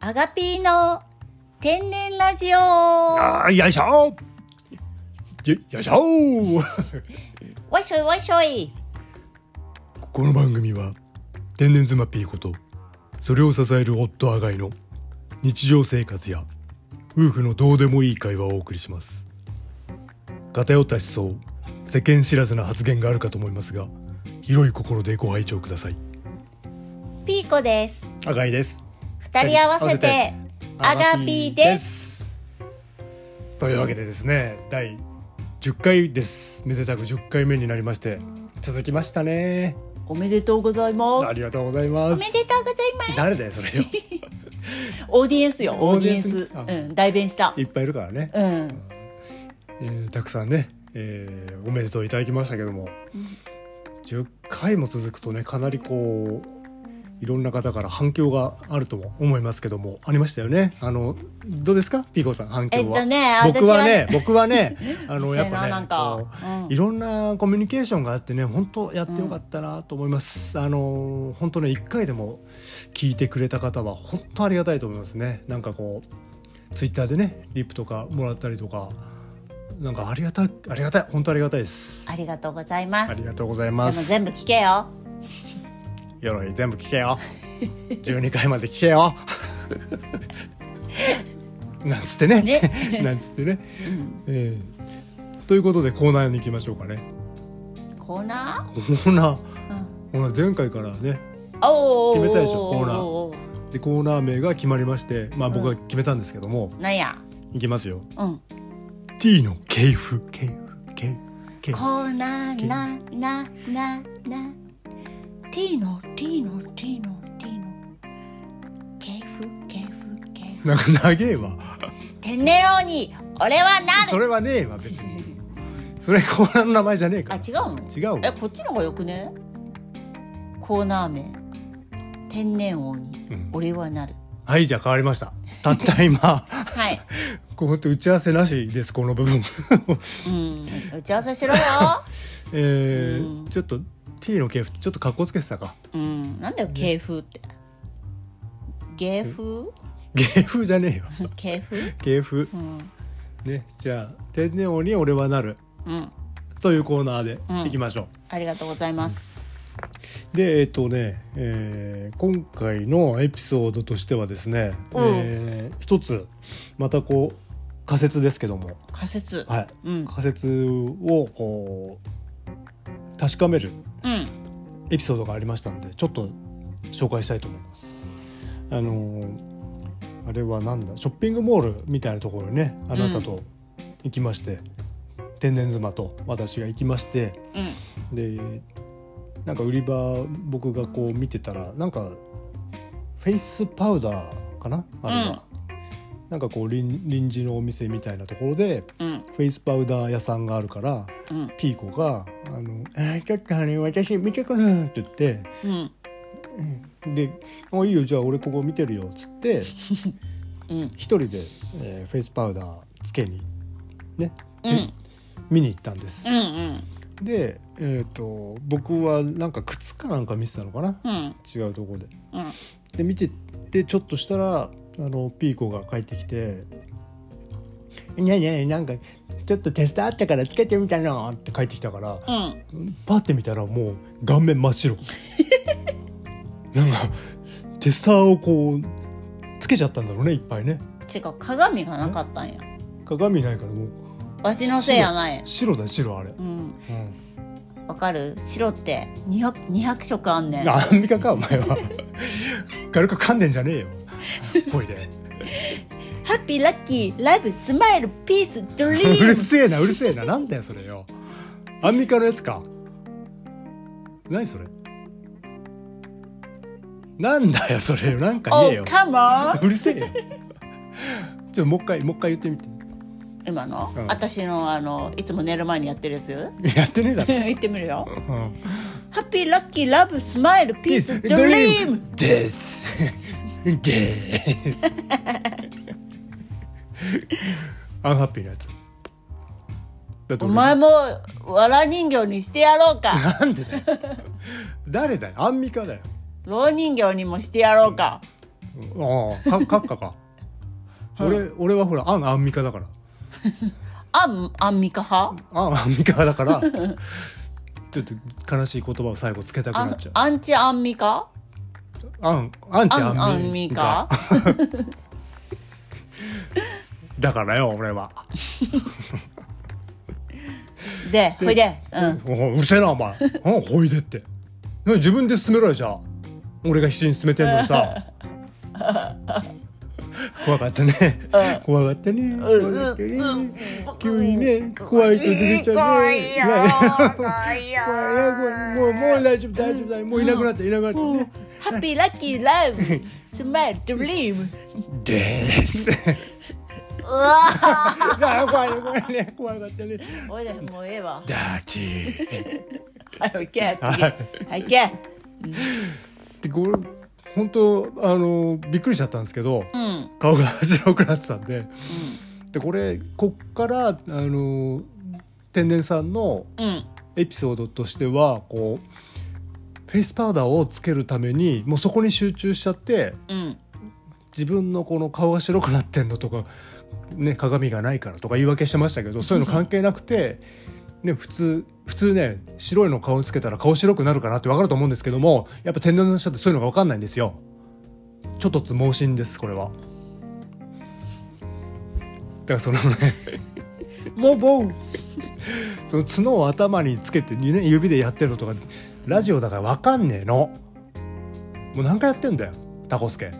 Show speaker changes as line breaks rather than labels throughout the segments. アガピーの天然ラジオ
あーよいしょよよいしょ
わっしょいわっしょい
この番組は天然妻ピーことそれを支える夫あがいの日常生活や夫婦のどうでもいい会話をお送りします偏った思想世間知らずな発言があるかと思いますが広い心でご拝聴ください
ピーコです
あがいです
二人合わせてアガピーです
すというわけでですね第10回ですめでたく10回目になりまして続きましたね
おめでとうございま
ありがとうございます
おめでとうございます
誰だよそれよ
オーディエンスよオ
オ
ー
ー
ディエ
ディエ
ン
ン
ス
ス
うん代弁した
いっぱいいるからね、
うん
えーたくさんね、えーおめでとういただきましたけども、10回も続くとねかなりこういろんな方から反響があるとも思いますけどもありましたよねあのどうですかピーコさん反響は、
えっとね
僕はね僕はね あ
う
の
るせ
や
え
っ
な
ぱ
なん
ね
か
こう
うん
いろんなコミュニケーションがあってね本当やってよかったなと思います、あの本当ね1回でも聞いてくれた方は本当ありがたいと思いますねなんかこうツイッターでねリップとかもらったりとかなんかありがたいありがたい本当ありがたいです
ありがとうございま
あ
すで
りがとうござい
も
ます
全部聞けよ
よろい全部聞け よ12回まで聞け よなんつってね
ね
なんつってね、ええということでコーナーに行きましょうかね
コーナ
コー
ーう
ナー
ん
コーナー前回からね
おー
決めたでしょコーナー
おー
でコーナー名が決まりましてまあ僕が決めたんですけども、
なんや
いきますよ
うん
T の系譜系譜系譜系譜
こななななな T の T の T の T の系譜系譜系譜
なんか長えわ
天然王に俺はな
そ
る
れはねえわ別にそれコーナーの名前じゃねえ
あ
か
違うの
違うわ
えこっちの方がよくねコーナー名天然王に
うん
俺はなる、
はいじゃあ変わりましたたった 今
はい、
こうって打ち合わせなしですこの部分
うん、打ち合わせしろよ、
えー
うん
ちょっと T の系譜ちょっと格好つけてたか
うん、なんだよ系譜って芸風
芸風じゃねえよ
系譜
芸風
うん
ねじゃあ天然王に俺はなる
うん
というコーナーで
うん
いきましょう、
ありがとうございます
でえっとね、えー今回のエピソードとしてはですね、
うん
えー一つまたこう仮説ですけども、
仮説
はい、
うん
仮説をこう確かめる
うん
エピソードがありましたんでちょっと紹介したいと思います。あのーあれはなんだショッピングモールみたいなところにねあなたと行きまして、天然妻と私が行きまして、
うん
でなんか売り場僕がこう見てたらなんかフェイスパウダーかなあれは、なんかこう臨臨時のお店みたいなところで
うん
フェイスパウダー屋さんがあるから
うん
ピーコが「あのあーちょっとあれ私見てくる」って言って
うん
「であいいよじゃあ俺ここ見てるよ」っつって
うん
一人で、えーフェイスパウダーつけにね
うん
見に行ったんです。
うん
で、えー、と僕はなんか靴かなんか見てたのかな
うん
違うところで。
うん
で見ててちょっとしたらあのピーコが帰ってきて「ねえねえなんかちょっとテスターあったからつけてみたの」って帰ってきたから
うん
パッて見たらもう顔面真っ白なんかテスターをこうつけちゃったんだろうねいっぱいね
違う鏡がなかったんや
鏡ないからもう
わしのせいやない
白だよ白あれ、
うん
うん
わかる白って200 200色あん ねん
アンミカかお前は軽く噛んでんじゃねえよほいで
ハッピーラッキーラブスマイルピースドリ
うる
ーム
せえなうるせえななんだよそれよアンミカのやつか何それなんだよそれよなんか言え
お
よ
カモン
うるせえよちょっともう一回もう一回言ってみて
今の、
うん
私のあのいつも寝る前にやってるやつ
やってねえだろ、
言ってみるよ
うん、
ハッピーラッキーラブスマイルピースドリーム
ですですアンハッピーなやつだって
お
俺
前もわら人形にしてやろうか
なんでだよ誰だよアンミカだよ
ろう人形にもしてやろうか
ああか 閣下か俺俺はほらアンアンミカだから
アンアンミカ派
アンアンミカだから ちょっと悲しい言葉を最後つけたく
ア
な
ン
っちゃう
アンチアンミカ
アンアンチ
ア
ア
ン
ンミ
アンミカ
だからよ俺は、
でほいでうん
おいうるせえなお前うんほいでって何自分で進めろよじゃあ俺が必死に進めてんのにさ 怖かったね怖かったね怖かったね急にね怖い人出てきちゃうね怖いもうもう大丈夫大丈夫大丈夫もういなくなったいなくなったね
ハッピーラッキーライブスマイルドリーム
です
うわー
あ怖いね怖いね怖かったね
おいでもうええわ
ダーティー
はい行け次
はい
はい行け
でこれ本当あのびっくりしちゃったんですけど
うん
顔が白くなってたんででこれこっからあの天然さんの
うん
エピソードとしてはこうフェイスパウダーをつけるためにもうそこに集中しちゃって
うん
自分のこの顔が白くなってんのとか、ね、鏡がないからとか言い訳してましたけどそういうの関係なくて、ね、普通普通ね白いの顔につけたら顔白くなるかなって分かると思うんですけどもやっぱ天然の人ってそういうのが分かんないんですよ。ちょっとつ盲信ですこれは。だからそのね
もうボン
その角を頭につけて、ね、指でやってるのとかラジオだから分かんねえの。もう何回やってんだよタコスケ。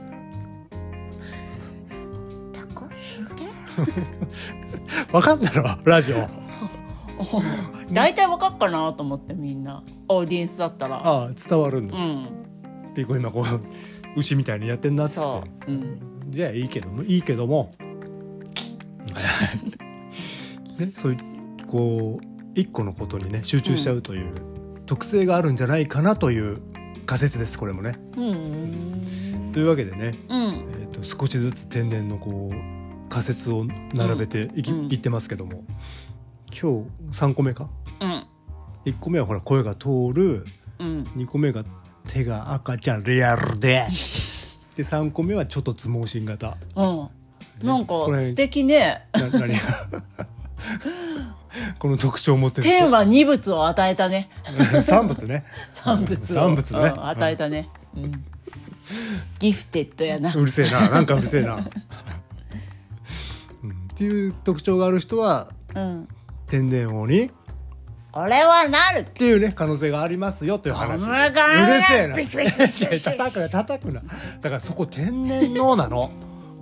タコスケ
分かん ないろラジオ。
大体わかっかなと思ってみんなオーディエンスだったら
ああ伝わるんだ
う。ん
でこう今こう牛みたいにやってんなっつっ
そ
て
ううん
じゃあいいけどもいいけど もねそういうこう一個のことにね集中しちゃうという特性があるんじゃないかなという仮説ですこれもね。
うん
というわけでね、
うん
えー、と少しずつ天然のこう仮説を並べていき、
うん
いってますけども今日3個目か
うん
1個目はほら声が通る
うん
2個目が手が赤ちゃんリアル でで3個目はちょっと相撲新型
うんなんか
これ
素敵ね
な何 この特徴を持って
天
る
は二物を与えたね
人産物ね
三物を
三物ね
うん与えたねうんギフテッドやな
うるせえななんかうるせ えな、うん、っていう特徴がある人は
うん
天然王にっ
俺はなる
ていうね可能性がありますよという話です
お
う
前から
るせえな
ピシピシピ シピシ
叩くな叩くなだからそこ天然のな の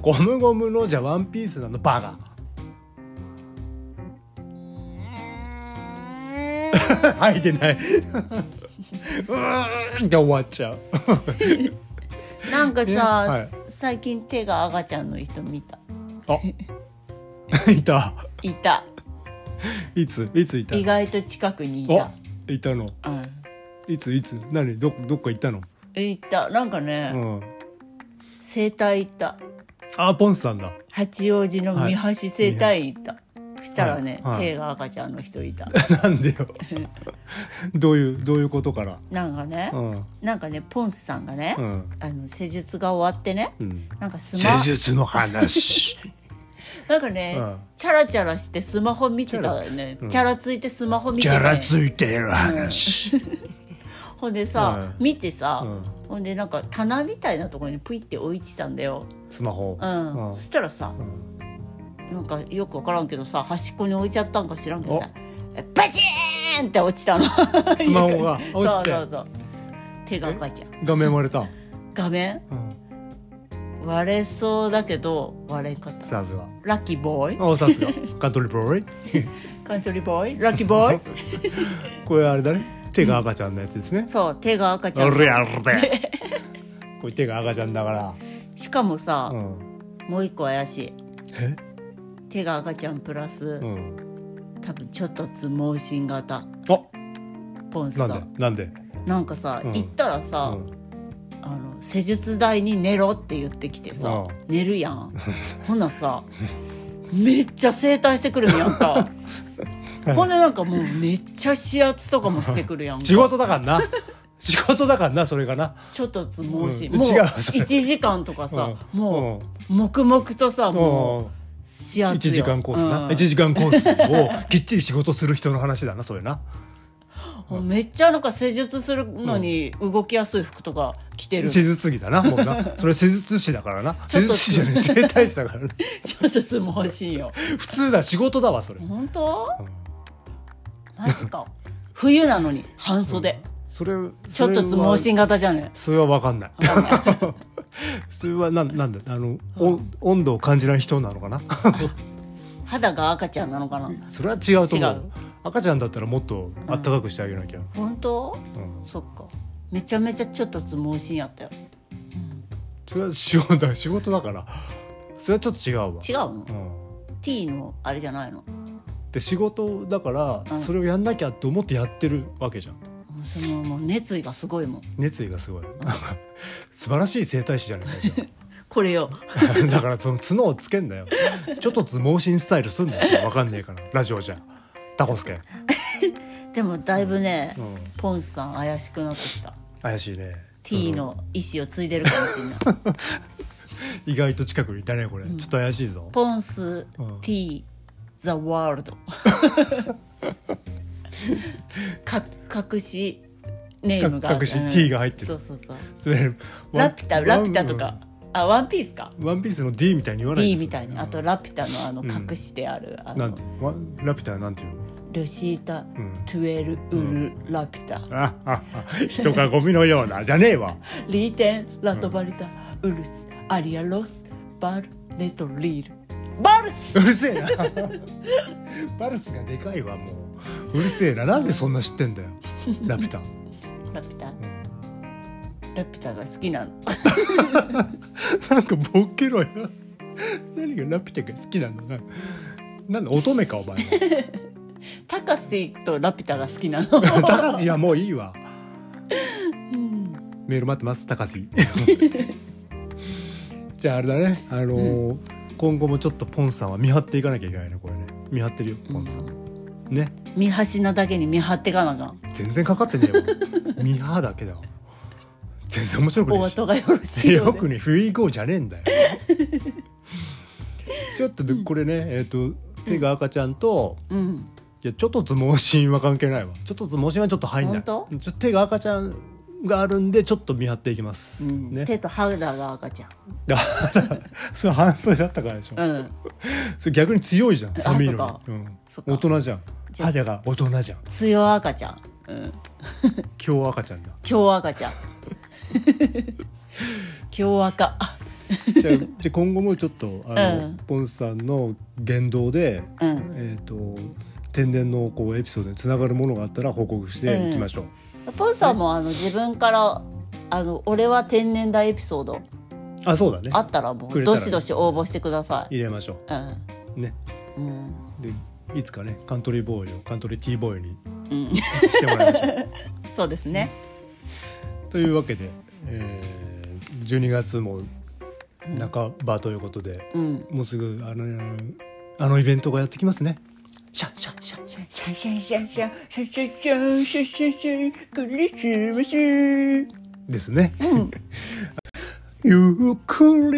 ゴムゴムのじゃワンピースなのバカ吐いてないうーんって終わっちゃう
なんか
えは
さ
い
最近手が赤ちゃんの人見た
あいた
いた
いついついた
意外と近くにい
あ
た
いたの
うん
いついつ何どどっか行ったの
いたなんかね、
うん
整体行った
あポンスさんだ
八王子の三橋整体院行った、そしたらね、
はいはい
手が赤ちゃんの人いた
なんでよどういうどういうことから
なんかね、
うん
なんかねポンスさんがね、
うん
あの施術が終わってね
うん
なんかスマ
施術 の話
なんかね、
うん
チャラチャラしてスマホ見てたよねチャ,、ラついてスマホ見て
じ
ね
ゃらついてる話、
ほんでさ、
うん
見てさ、
うん
ほんでなんか棚みたいなところにプイって置いてたんだよ、
スマホ
うんそしたらさ、なんかよく分からんけどさ端っこに置いちゃったんか知らんけどさバチーンって落ちたの
スマホが
そう
落ちて
そうそう手が赤ちゃん
画面割れた、
画面
うん、
割れそうだけど割れんかった
さすが
ラッキーボーイ
お さすがカントリーボーイ
カントリーボーイラッキーボーイ
これあれだね手が赤ちゃんのやつですね、
そう手が赤ちゃ
あ
ん
れ あれこれ手が赤ちゃんだか
しかも
ら、
さ
う、ん、
もう一個怪しい
え、
手が赤ちゃんプラス、
うん、
多分ちょっとつ盲信型
あ
ポンスさ
なん
なん
でなんで、
かさ、
うん
行ったら
う
さ、
ん、
あの施術台に寝ろって言ってきてさ
ああ
寝るやんほなさめっちゃ整体してくるんやん かほんでなんかもうめっちゃ指圧とかもしてくるやんか
仕事だからな仕事だからなそれがな
ちょっとつもうし、
うん
もう
違うそれ
1時間とかさ、
うん
もう黙々とさ、
うん
もうしあ
1時間コースな、1
時
時間コースをきっちり仕事する人の話だなそれな
間めっちゃなんか施術するのに動きやすい服とか着てる、
施術着だなもうなそれ施術師だからな
ちょ
施
っと
術師じゃない整体師だからね
ちょっとつもうしいよ
普通だ仕事だわそれ、
本当
うん
マジか冬なのに半袖、
それ
ちょっとつもうし
ん
ん型じゃね
それは分かんないそれはなんなんだあの、お温度を感じない人なのかな
肌が赤ちゃんなのかな
それは違うと思
違
う
う
赤ちゃんだったらもっとあったかくしてあげなきゃ、
本当
うん
そっかめちゃめちゃちょっとつもうしんやったよ
それは仕事だ仕事だからそれはちょっと違うわ
違うの
うん、
T のあれじゃないの
で仕事だから
うん
それをやんなきゃと思ってやってるわけじゃん
そのもう熱意がすごいもん
熱意がすごい 素晴らしい整体師じゃないか
これよ
じゃん だからその角をつけんだよちょっとつ盲信スタイルすんだよわかんねえからラジオじゃタコスケ、
でもだいぶね、
うん、
ポンスさん怪しくなってきた
怪しいね
T の意思を継いでるかもしれない
意外と近くにいたねこれ、ちょっと怪しいぞ
ポンス、
うん
T The World か隠しネームが
か隠し T が入ってる
そうそうそう
それワン
ラピュタラピュタとか、あワンピースか
ワンワンピースの D みたいに言わない
D
んですよ
みたいにあとラピュタのあの
ん
隠してある、あ
な
の
んてワンラピュタなんていうの
ルシータ・
ん
トゥエル・ウル・ラピュタ、
あああ人がゴミのようなじゃねえわ
リーテン、ラトバルタ、ウルス、アリアロス、バル、ネトリール。バルス
うるせえな バルスがでかいわもううるせえななんでそんな知ってんだよラピュタ
ラピュタ。ラピュタが好きなの。
なんかボケろよ何がラピュタが好きなんだななんだ乙女かお前は
タカシとラピュタが好き なの。
高橋はもういいわメール待ってます高橋 じゃああれだねあのー今後もちょっとポンさんは見張っていかなきゃいけないねこれね見張ってるよポンさん、ね
見はしなだけに見張ってかなあかん。
全然かかってねえよ見張だけだわ全然面白くね
お
えし
後がよろしいようで。
よくね「冬行こう」じゃねえ んだよちょっとでこれねえっ、と手が赤ちゃんと、
うん。
いやちょっと相撲シーンは関係ないわちょっと相撲シーンはちょっと入んない
本
ちょ手が赤ちゃんがあるんでちょっと見張っていきます、
うん
ね
手 と肌が赤ちゃん。
だからそれ半袖だったからでしょ、
うん。
それ逆に強いじゃん寒い
そっ
の
か
に、うん
そっか
大人じゃん
じゃあ
肌が大人じゃん
強赤ちゃん。うん。
今日赤ちゃんだ
強赤ちゃん。強赤。
じゃあじゃあ今後もちょっとあの、
うん
ポンさんの言動で、
うん
えっ、と天然のこうエピソードにつながるものがあったら報告していきましょう、
ポンさんもあの自分からあの俺は天然だエピソード
あそうだね
あったらも
く
う
れた
ど
ら
しどし応募してください。
入れましょ
うん
うね
うん
でいつかねカントリーボーイをカントリーティーボーイに
うん、
してもらいま しょ
そうですね。
うというわけで、えー、12月も半ばということで、
うん。
もうすぐあのあのイベントがやってきますねシャンシャンシャンシャン
シャンシャンシャンシャンシャンシャンシャンシャンシャンシャンクリスマス。
ですね。ゆっく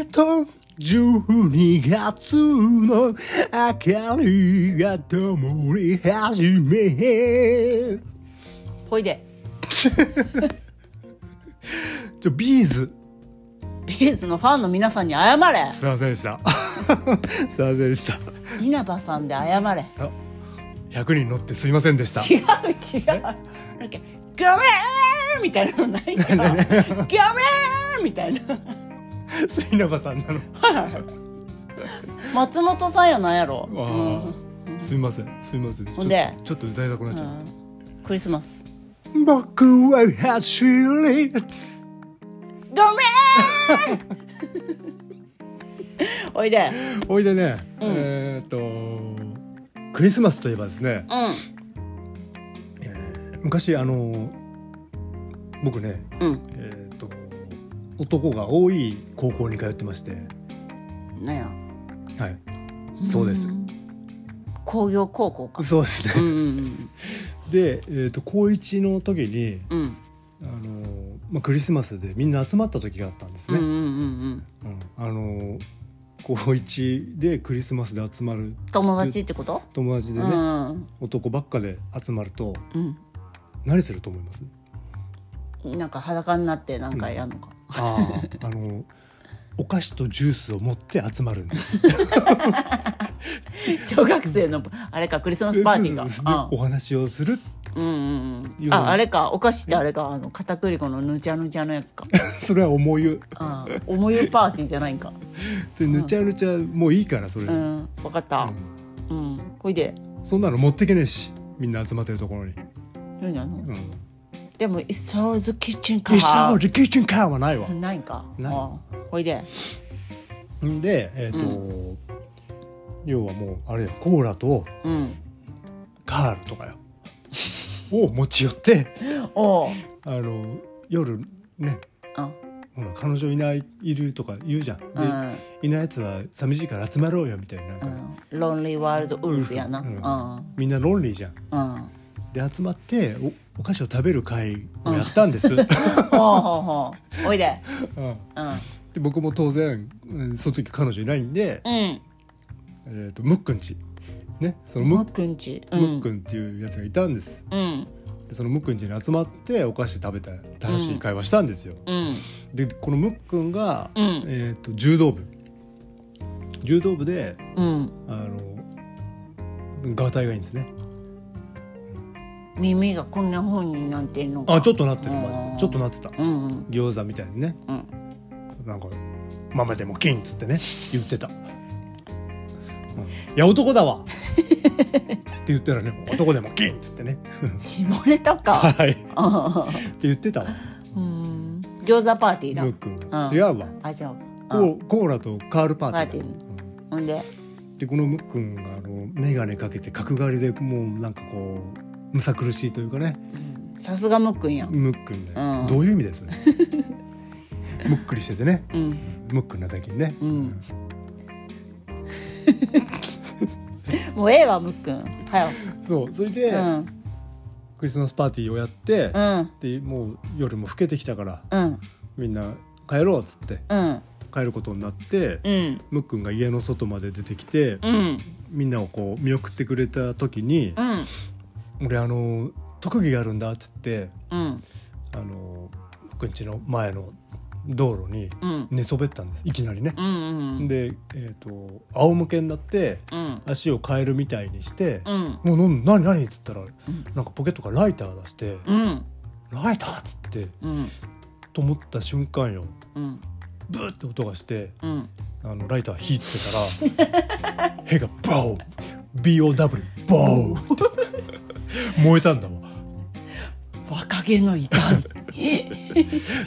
りと12月の明かりが灯り始め
ほいで
ちょビーズ
ビーズのファンの皆さんに謝れ。
すいませんでしたすいませんでした
稲葉さんで謝れ。
100人乗ってすいませんでした
違う違う。なんかごめんみたいなのないか。ごめんみたいな。
すいなばさんなの
松本さんやなんやろ。
あーすいませんすいませんちょ
ほんで
ちょっと歌いたくなっち
う
ゃっ
んクリスマス。
た、僕は走り
ごめんおいで
おいでね、えーっとクリスマスといえばですね、
う
昔あの僕ね、
ん
えーっと男が多い高校に通ってまして
うんなんや
はいそうです
工業高校か
そうで
う
す
ん
ね、
うん
で、えー、と高一の時に
うん
あのー、まあ、クリスマスでみんな集まった時があったんです
うんう
ね、
んうん
うんあのー高一でクリスマスで集まる
友達ってこと、
友達で
う
ね、
ん
男ばっかで集まると
う
何すると思います
んなんか裸になってなんかやんのか、
あああのお菓子とジュースを持って集まるんです
小学生のあれかクリスマスパーティー
そうそうそう
が
でお話をする
うんうんうんう
いうん
ああれかお菓子ってあれかあの片栗粉のぬちゃぬちゃのやつ か
それは思いよ
ああ思い出パーティーじゃないんか
それぬちゃぬちゃもういいからそれ、
うんわかったうんほいで
そんなの持ってけねえしみんな集まってるところに、
何なの
うん、
でも「It's all the kitchen
一緒
car
リキッチンカーはないわ」
ないんか
ない
ああほいで
んでえっ、と、要はもうあれよコーラと
うん
カール とかよを持ち寄って
おう
あの夜ね
あ
ほら彼女いないいるとか言うじゃん、で
うん
いないやつは寂しいから集まろうよみたいななん
う
か、
んロンリーワールドウルフやなうん
みんなロンリーじゃん
うん
で集まっておお菓子を食べる会をやった んです、うん
ほうほうほうおいでうん
で僕も当然うんその時彼女いないんで、
うん
えー、とムックンちねそのム
ム
ッ
ックンち
ムックンっていうやつがいたんです
うん
でそのムックンちに集まってお菓子食べた楽しい会話したんですよ、
うん
でこのムックンが、
うん
えー、と柔道部柔道部で
うん
あのガタイがいいんですね
耳がこんな風になんてんのか
あちょっとなってるマジ
う
で
ん
ちょっとなってた
うんうん
餃子みたいにね
うん
なんか「ママでも金」っつってね言ってた「うんいや男だわ」って言ったらね「男でも金」っつってね
下ネタ
「
か
はい」って言ってたわ
うん餃子パーティーだ
ムックンが
うん
違うわ
あじゃあ
コーコーラとカールパー
パーテ
ティーだ
うんほんで
うんでこのムックンがあの眼鏡かけて角刈りでもうなんかこうむさ苦しいというかね
うんさすがムックンやん
ムックンだよ
うん
どういう意味だよそれむっくりしててね
うん
ムックンなだけにね
うんもうええわムックンはよ
そうそれで、
うん
クリスマスパーティーをやって、
うん
でもう夜も更けてきたから
うん
みんな帰ろうっつって
うん
帰ることになって、
うん
ムックンが家の外まで出てきて、
うん
みんなをこう見送ってくれた時に
う、ん
俺あの特技があるんだっつって
うん
あのムックン家の前の道路に
うん
寝そべったんですいきなりね。
うんうん
で、えー、と仰向けになって
うん
足を変えるみたいにして
うん
「もう何何何?」っつったら、なんかポケットからライター出して
うん
「ライター!」っつって
うん
と思った瞬間よ
うん
ブーって音がして
うん
あのライター火つけたら 屁がボー BOW ボーって燃えたんだわ
若気の痛み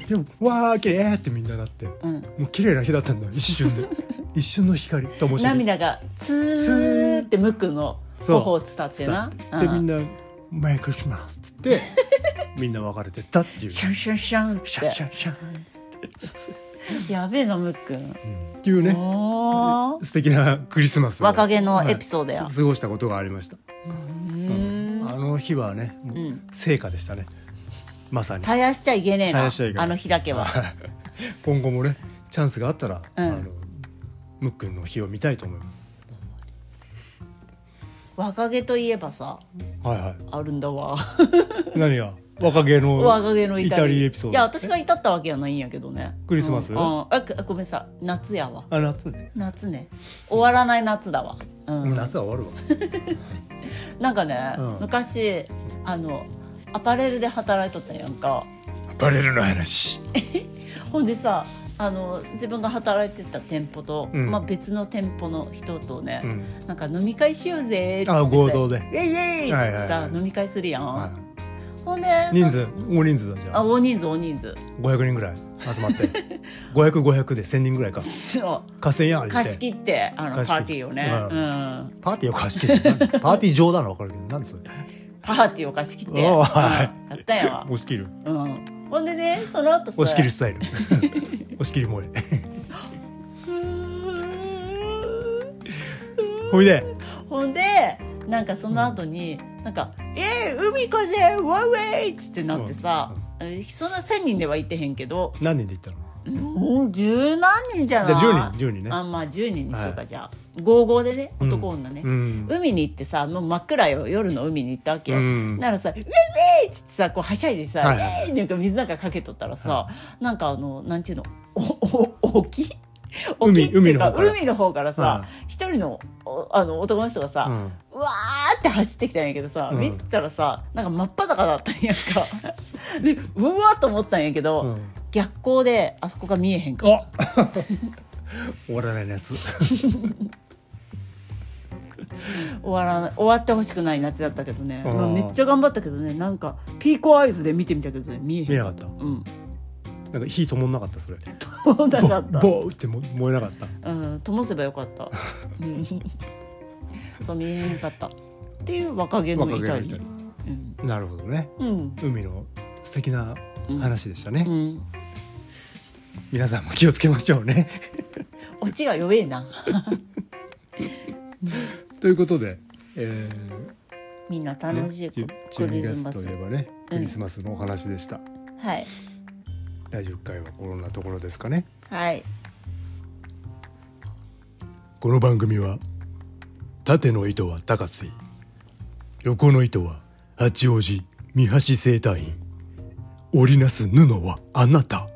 でもわー綺麗ってみんななっても
うん
う綺麗な火だったんだよ一瞬で一瞬の光ともしれ
涙がツーってムックの頬を伝ってな
でみんな「メイクします」っつってみんな別れてったっていう
シ
シャ
ャンシャンシャンっ
ンシ
て
ャンシャン、
やべえなムックン
うんっていうね
おー
素敵なクリスマスを
若気のエピソードや
はいす過ごしたことがありました
うん
あの日はね、もう
うん
成果でしたね。まさに。
絶やしちゃいけねえ
絶
な
やしちゃいけない
あの日だけは
今後もね、チャンスがあったら、
うん
あの。ムックンの日を見たいと思います。
若気といえばさ
はいは
あるんだわ
い。何が。若気の。
若気の
イ
至
タ
り
リーエピソー
い
ド。
や私が至ったわけじゃないんやけどね
クリスマス
うんうんあくごめんなさい夏やわ
あ、夏ね。
夏ね終わらない夏だわうん
夏は終わるわ。
なんかね、
うん
昔あのアパレルで働いとったんやんか
バレルの話。
ほんでさあの自分が働いてた店舗と、
うん
まあ、別の店舗の人とね、
うん。
なんか飲み会しようぜーっつってさ
あ合同で
イエイイエイっつってさ、
はいはいはい
飲み会するやん、
は
ほんで
い。人
そ
数、大人数だじゃ
あ
ん。
大人数大人数
五百人ぐらい集まって。五百五百で千人ぐらいか。
そう
合戦やん。言うて
貸し切ってあの
貸し切
パ
って
ーティーをね、
う
うん、
パーティーを貸し切ってなんで。パーティー上ならわかるけど、なんでそれ。
パーティーを貸し切って、うん、
お
や
ーはい
ったんやわ、
押し切る。
うん、ほんでねその後さ
押し切るスタ イル。押し切り萌え。ほいで。
ほんでなんかその後に、なんかえー、海風ワンウェイ!」っつってなってさ、そんな1,000人では行ってへんけど
何人で行ったの
もう十何人じゃない
じゃあ10人10人ね
あまあ10人にしようか、
はい
じゃあ55でね男女ね、
うん
海に行ってさもう真っ暗よ夜の海に行ったわけよ、
うん
ならさ「ウェイウェイ!」っつってさこうはしゃいでさ「
はいはいはい
ウェイ!」なんか水なんかかけとったらさ、なんかあのなんちゅうのおお沖沖っていうか
海の方から
海の方からさ
は
一、人のおあの男の人がさ、
うん
うわーって走ってきたんやけどさ、
うん
見てたらさなんか真っ裸だったんやんか でうわーっと思ったんやけど、
うん
逆光であそこが見えへんか
お
ら
終わらないのやつ
終わらない終わってほしくない夏だったけどね、
あー
まあめっちゃ頑張ったけどねなんかピーコアイズで見てみたけどね見えへん
見えなかった
うん
なんか火灯んなかったそれ
友達だった
ボボーっても燃えなかった
うん灯せばよかったうん そう見えへんかったっていう若気の至
若
り
気の至
うん
なるほどね
うん
海の素敵な話でしたね、
うん
皆さんも気をつけましょうね
オチが弱えな
ということで、えー
みんな
ね
楽しい、
じゅ
クリス
12
マ
月
ス
といえばね
うん
クリスマスのお話でした、
はい
第10回はこんなところですかね
はい
この番組は縦の糸は高瀬横の糸は八王子三橋整体院織りなす布はあなた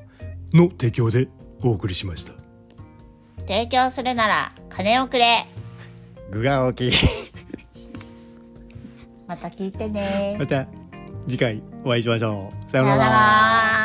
の提供でお送りしました
提供するなら金をくれ
具が大きい
また聞いてね
また次回お会いしましょうさ
さよなら